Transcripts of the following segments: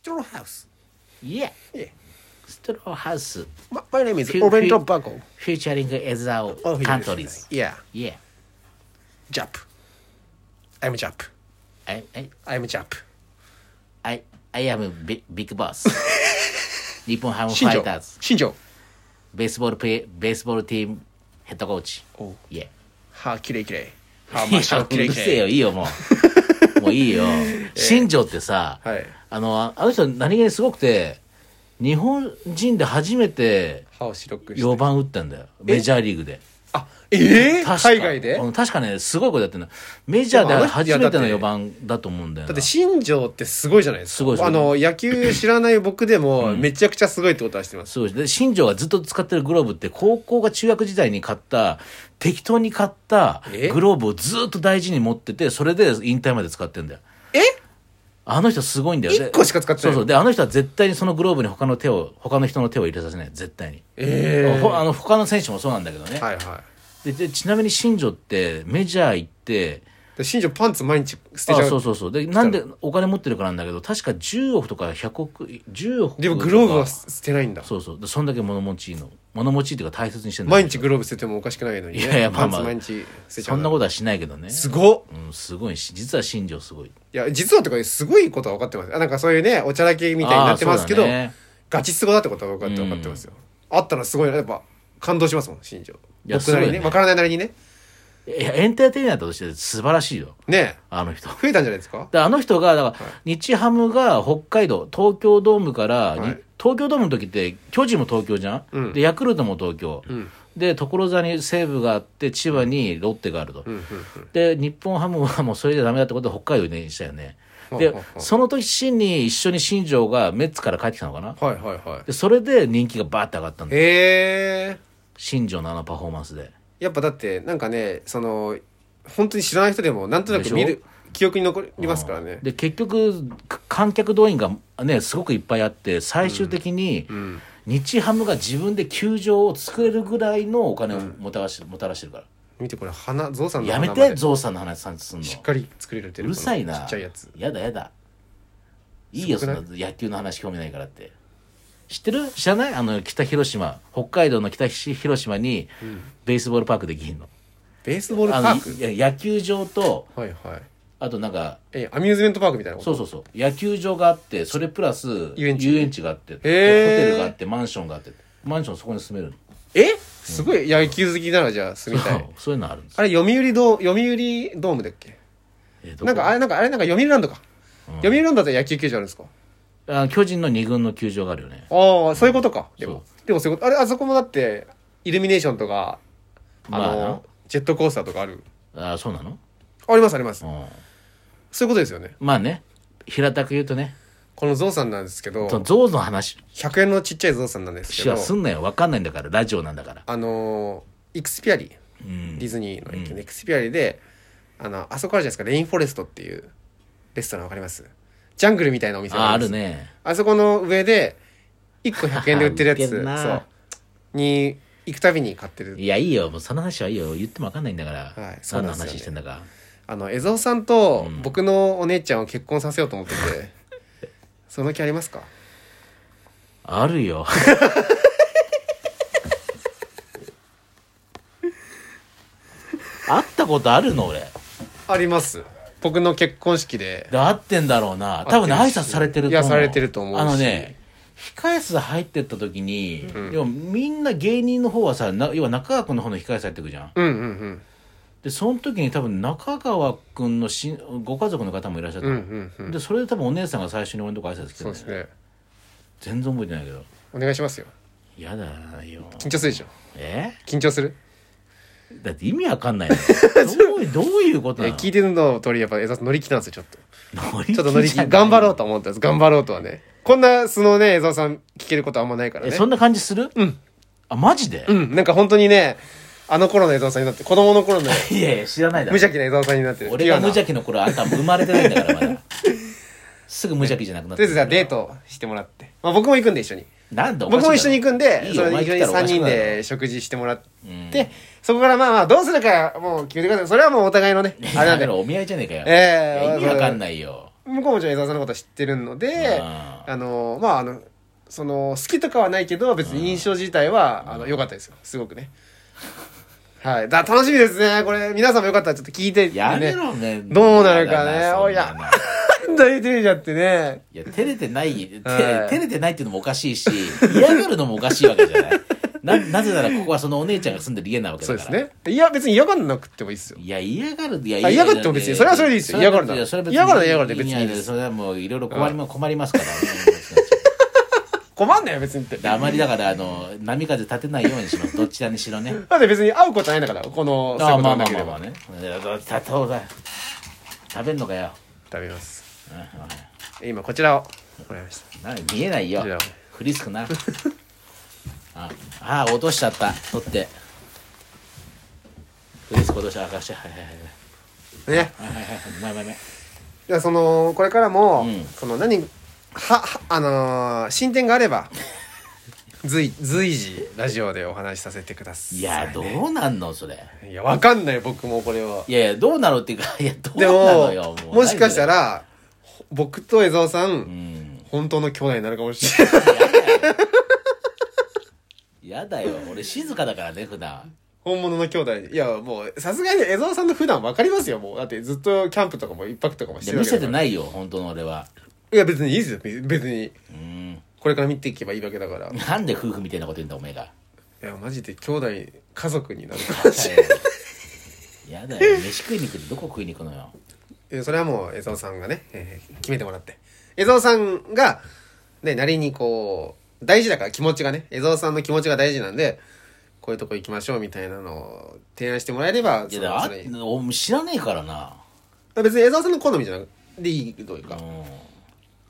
straw house. Yeah. Yeah. Straw House My, my name is Fu- Oren Fu- Tobago. featuring Ezao Oh, he Countries. is. Yeah. Yeah. Jap. I'm Jap. I, I, I'm Jap. I, I am big, big boss. 日本ハムファ Shinjo. イターズ、 Shinjo. ベースボールプレー、ベースボールチームヘッドコーチ。 Oh. Yeah. 歯きれいきれい。歯い 真やっ白きれういるきせれえい。よ、いいよ、も う。もういいよ。新庄ってさ、はいあの、あの人何気にすごくて、日本人で初めて歯を白くして。 4番打ったんだよ。メジャーリーグで。あ、ええ確か海外でうん確かね、すごいことやってんの。メジャーででもあの人初めてのいやだって4番だと思うんだよだな。って新庄ってすごいじゃないですか。すごいすごいあの、野球知らない僕でもめちゃくちゃすごいってことはしてます。すごいで新庄がずっと使ってるグローブって高校が中学時代に買った適当に買ったえグローブをずっと大事に持っててそれで引退まで使ってんだよえあの人すごいんだよで一個しか使ってないそうそうであの人は絶対にそのグローブに他の手を他の人の手を入れさせない絶対にえほあの他の選手もそうなんだけどね、はいはででちなみに新庄ってメジャー行ってい。で新庄パンツ毎日捨てあちゃう。そうそうそうでなんでお金持ってるからなんだけど確か10億とか100億10億でもグローブは捨てないんだ。そうそうでそんだけ物持ちいいの物持ちいいっていうか大切にしてるんだ毎日グローブ捨ててもおかしくないのにね。いやいやまパあンまツあ毎日捨てちゃ。そうんなことはしないけどねすごっうん、すごいし実は新庄すごいいや、実はとかすごいことは分かってます。あなんかそういうね、おちゃらけみたいになってますけど、あーそうだねガチすごだってことは分かって分かってますよ。あったらすごいな、やっぱ感動しますもん、新庄。いや僕なりにそうだね、よ分ねからないなりにね。いやエンターテイナーとして素晴らしいよねあの人え増えたんじゃないですかであの人がだから日ハムが北海道東京ドームから、にはい東京ドームの時って巨人も東京じゃん、うんでヤクルトも東京、んで所沢に西武があって千葉にロッテがあると、うんうんうん。で日本ハムはもうそれじゃダメだってことで北海道にしたよねで、はあはあその時に一緒に新庄がメッツから帰ってきたのかなはいはいはい。でそれで人気がバーって上がったんだよへえ新庄のあのパフォーマンスでやっぱだって、なんかね、その、本当に知らない人でも、なんとなでくしょ見る、記憶に残りますからね。で結局か観客動員がねすごくいっぱいあって最終的にん日ハムが自分で球場を作れるぐらいのお金をもたらして,、もたらしてるか見てこれ、花、ゾウさんらのや花めまでてゾウさんの話さんすんのしっかり作れてうる。るさいこなのちっちゃいやつ。やだやだいいよそすんごなくない野球の話興味ないからって知ってる知らないあの北広島北海道の北広島にベースボールパークできんの,、ベースボールパあーのクいいや野球場とはいはい。あとなんかえ、アミューズメントパークみたいなことそうそうそう野球場があってそれプラス遊園地があってホへーテルがあってマンションがあってマンションそこに住めるのえすごい野球好きならじゃあ住みたい そう。そういうのあるんです あれ、読売ドー、読売ドームだっけえーどこなんか、あれ、なんか、あれ、なんか、読売ランドか。読売ランドだったら野球球場あるんですかあ巨人の二軍の球場があるよねああ、そういうことか。でも、でもそういうこと。あれ、あそこもだって、イルミネーションとか、あまあなの、ジェットコースターとかある。あそうなの、あります、ありますう。ん、そういうことですよね。まあね平たく言うとねこのゾウさんなんですけど、そのゾウの話100円のちっちゃいゾウさんなんですけしどは、すんなよ分かんないんだからラジオなんだからあの、イクスピアリ、うんディズニーの駅のエクスピアリで、あの、あそこあるじゃないですか、レインフォレストっていうレストランわかりますジャングルみたいなお店があありまるすねあそこの上で、1個100円で売 ってる売やってんなつ、そう。に、行くたびに買ってる。いやいいよもうその話はいいよ言っても分かんないんだから、はいそう何なのんですよね話してんだかあの、江蔵さんと僕のお姉ちゃんを結婚させようと思ってて、 その気ありますかあるよ 会ったことあるの俺あります。僕の結婚式で、で合ってんだろうな多分ね挨合ってるし拶されてると思ういやされてると思うしあのね控え室入ってった時に、要はみんな芸人の方はさな要は中川君の方の控え室入ってくじゃんうんうんでその時に多分中川君のしご家族の方もいらっしゃったうん。うの、んうんうん。でそれで多分お姉さんが最初に俺のとこ挨拶来てそうたですね。全然覚えてないけどお願いしますよ。嫌だよ緊張するでしょえ緊張するだって意味わかんな いのどういうどういうことえなの聞いてるの通り、やっぱ江蔵さん乗り気なんですよ、ちょっと。乗 りちょっと乗り気気じゃない頑張ろうと思ったんです。頑張ろうとはね。こんな素のね、江蔵さん聞けることあんまないからえね。そんな感じするうんあマジで、うん、なんか本当にね、あの頃の江蔵さんになって、子供の頃のいやいや知らないだ無ろ邪気な江蔵さんになってる。俺が無ピュア邪気の頃あんた生まれてないんだからま だすぐ無邪気じゃなくななっとりあてえずじゃあデートしてもらって。まあ僕も行くんで一緒に。なんだおかしい僕も一緒に行くんで、いいそよおの前一緒に来たらお3かしく人なるで食事してもらって、そこからまあまあどうするかもう決めてください。それはもうお互いのね、 いやあれなんだでか。らお見合いじゃねえかよ、ええいや意味わかんないよ向こうもじゃあ江澤さんのことは知ってるので、ああのまああのその好きとかはないけど別に印象自体はあの良かったですよすごくねはいだ楽しみですねこれ皆さんもよかったらちょっと聞いて、ね、やめろね。どうなるかねやだなおやそんなの 大テレビゃってねいや、照れてない、て はい照れてないっていうのもおかしいし、嫌がるのもおかしいわけじゃない。な、なぜならここはそのお姉ちゃんが住んでる家なわけそうだでから。す。ねいや別に嫌がんなくてもいいですよいや、嫌がる、いや、あ嫌がっても別にそれはそれでいいですよ嫌がるならいやそれは別に嫌がるなら嫌がるで別にいいややですそれはもういろいろ困りま、困りますから。困んないよ別にってであまりだから、あの、波風立てないようにします。どちらにし ろね。だって別に会うことないんだからこのそういあうことまがあまなあけまれあばまあね。いやだだそうだ食べんのかよ。食べますうんうん今こちらをもらいましたな見えないよじゃあフリス クなああー落としちゃった取ってフリスク落としたあかしはいはいはいねはいはいはいはいうまいうまいうまいじゃあそのこれからも、うんその何ははあのー進展があれば 随随時ラジオでお話しさせてください、いやどうなんのそれういやわかんない僕もこれはいやいやどうなのっていうかいや どうでなものようもしかした何らほ僕と江澤さん、それうん本当の兄弟になるかもしれない やだよ俺静かだからね普段本物の兄弟いやもうさすがに江澤さんの普段わかりますよもうだってずっとキャンプとかも一泊とかもしてでるわけ見せだてからないよ本当の俺はいや別にいいですよ別別にうんこれから見ていけばいいわけだからいなんで夫婦みたいなこと言うんだおめ えがやマジで兄弟家族になるかもしれないやだよ飯食いに行くってどこ食いに行くのよえーそれはもう江澤さんがね、えー決めてもらって江澤さんがねなりにこう大事だから気持ちがね江澤さんの気持ちが大事なんでこういうとこ行きましょうみたいなのを提案してもらえればいそやだのかそられあお知らねえからな、別に江澤さんの好みじゃなくていいというか,、だうかん、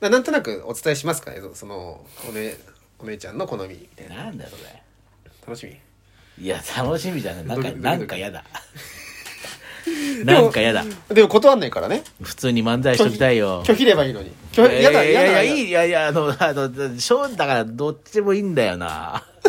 らなんとなくお伝えしますから江澤そのお,、ね、お姉ちゃんの好みみたいななんだよそれ楽しみいや楽しみじゃないなドんキかドキなんかやだなんかやだでも断んないからね普通に漫才しときたいよ拒否ればいいのにい拒やいやだやいやだややだいいいやいやあのあのショーンだからどっちでもいいんだよな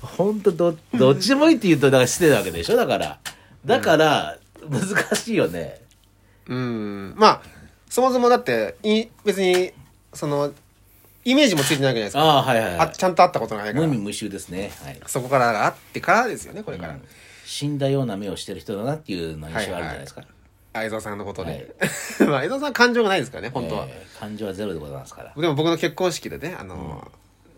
本当どどっちでもいいって言うとなんか失礼なわけでしょだからだから難しいよね、うんまあそもそもだってい別にそのイメージもついてないわけじゃないですかああはいはい、あはちゃんと会ったことがないい、か無ら味無臭ですねはいそこからがあってからですよねこれから、うん死んだような目をしてる人だなっていうの印象あるじゃないですか、相沢さんのことで、 まあ相沢さんは感情がないですからね本当は、えー感情はゼロでございますからでも僕の結婚式でねあの、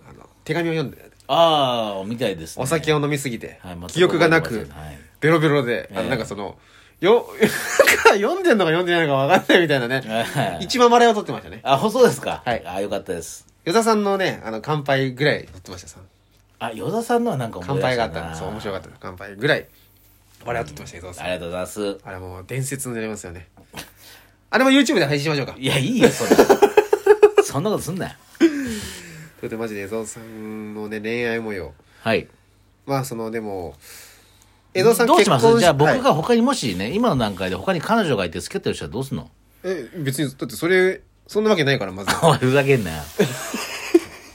あの手紙を読んでああみたいですねお酒を飲みすぎて、はいまた記憶がな覚えくてませんはいベロベロで、あえのえなんかそのよ 読んでんのか読んでないのか分かんないみたいな ね、ええ一番まれを取ってましたねあそうですかはいあよかったです与田さんのねあの乾杯ぐらい取ってましたさあ与田さんのはなんか思い乾出し杯があたなったそう面白かった乾杯ぐらい我を取ってました江澤さんありがとうございますあれもう伝説になりますよね。あれも YouTube で配信しましょうか。いやいいよそれ そんなことすんなよそれでマジで江澤さんのね、恋愛模様。はいまあそのでも、江澤さんどうし結ま婚すじゃあ僕はいが他にもしね今の段階で他に彼女がいて付き合ってる人はどうすんのえ、別に、だってそれ、そんなわけないから、まず。おいふざけん なよ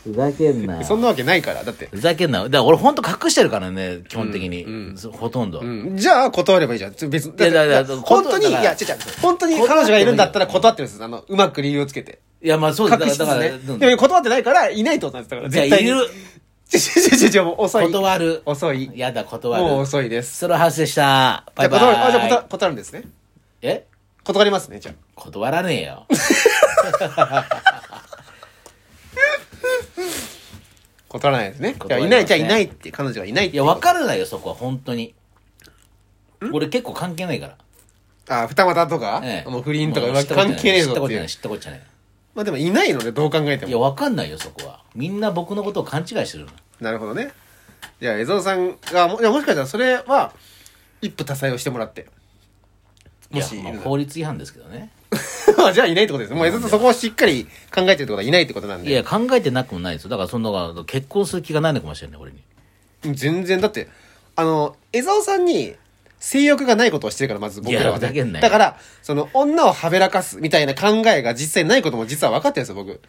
ふざけんなよそんなわけないから、だって。ふざけんなよ。だから俺ほんと隠してるからね、基本的に。うんうんそほとんど。うん、じゃあ断ればいいじゃん。別に。だっていやだかだからら本当に、い断や、違う違う。本当に彼女がいるんだったら断ってるんです。あの、うまく理由をつけて。いや、まあそうだ隠だしかつら、つだねか。ら、でも断ってないから、いないってことなんですだから、じゃ あ絶対いに。る、ちょちょちょちょ、もう遅い。断る。遅い。やだ、断る。もう遅いです。それは発生した。じゃバイあ断る、あじゃあバ断イ。断るんですね。え断りますね、じゃあ。断らねえよ。断らないですね。じゃあ断りいなませい、んじゃあいないって、彼女がいないっいて。や、わからないよ、そこは、本当に。俺結構関係ないから。あ、二股とか、ええもう不倫とかもう知ったことない関係ねえ知ぞったっこてといなうい、。知ったことない。まあでもいないので、どう考えていや、も。わかんないよ、そこは。みんな僕のことを勘違いしてるの。なるほどね。じゃあ、江蔵さんが、もいやもしかしたらそれは、一夫多妻をしてもらって。 いもやし、い、まあるな法律違反ですけどね。らじゃあいないってことです。もう江蔵さんそこをしっかり考えてるってことはいないってことなんいで。や、考えてなくもないですよ。だから、そんな、結婚する気がないのかもしれない、俺に。全然、だって、あの、江蔵さんに、性欲がないことをしてるから、まず僕らはいやふざね、けんなよだから、その、女をはべらかすみたいな考えが実際ないことも実は分かってるんですよ、僕。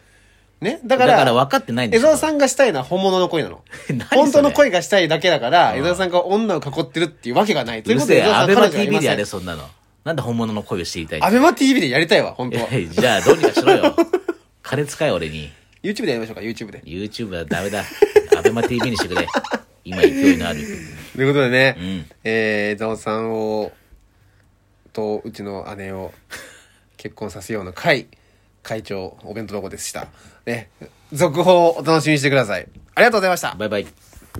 ね。だだかから、ら、分かってないんで江すよ。澤さんがしたいのは本物の恋なの 何。それ本当の恋がしたいだけだから、江澤さんが女を囲ってるっていうわけがない。とういうることせで、江え、澤さアんベ彼マ女がい TV までせやんれ、そんなの。なんで本物の恋をしていたいアベマ TV でやりたいわ、本当は。え いじゃあどうにかしろよ金使え俺に YouTube でやりましょうか、YouTube で。 YouTube はダメだアベマ t v にしてくれ今勢いのあるということでね、うんえー、ザオさんを、と、うちの姉を結婚させようの会、会長、お弁当箱でした。ね、続報をお楽しみにしてください。ありがとうございました。バイバイ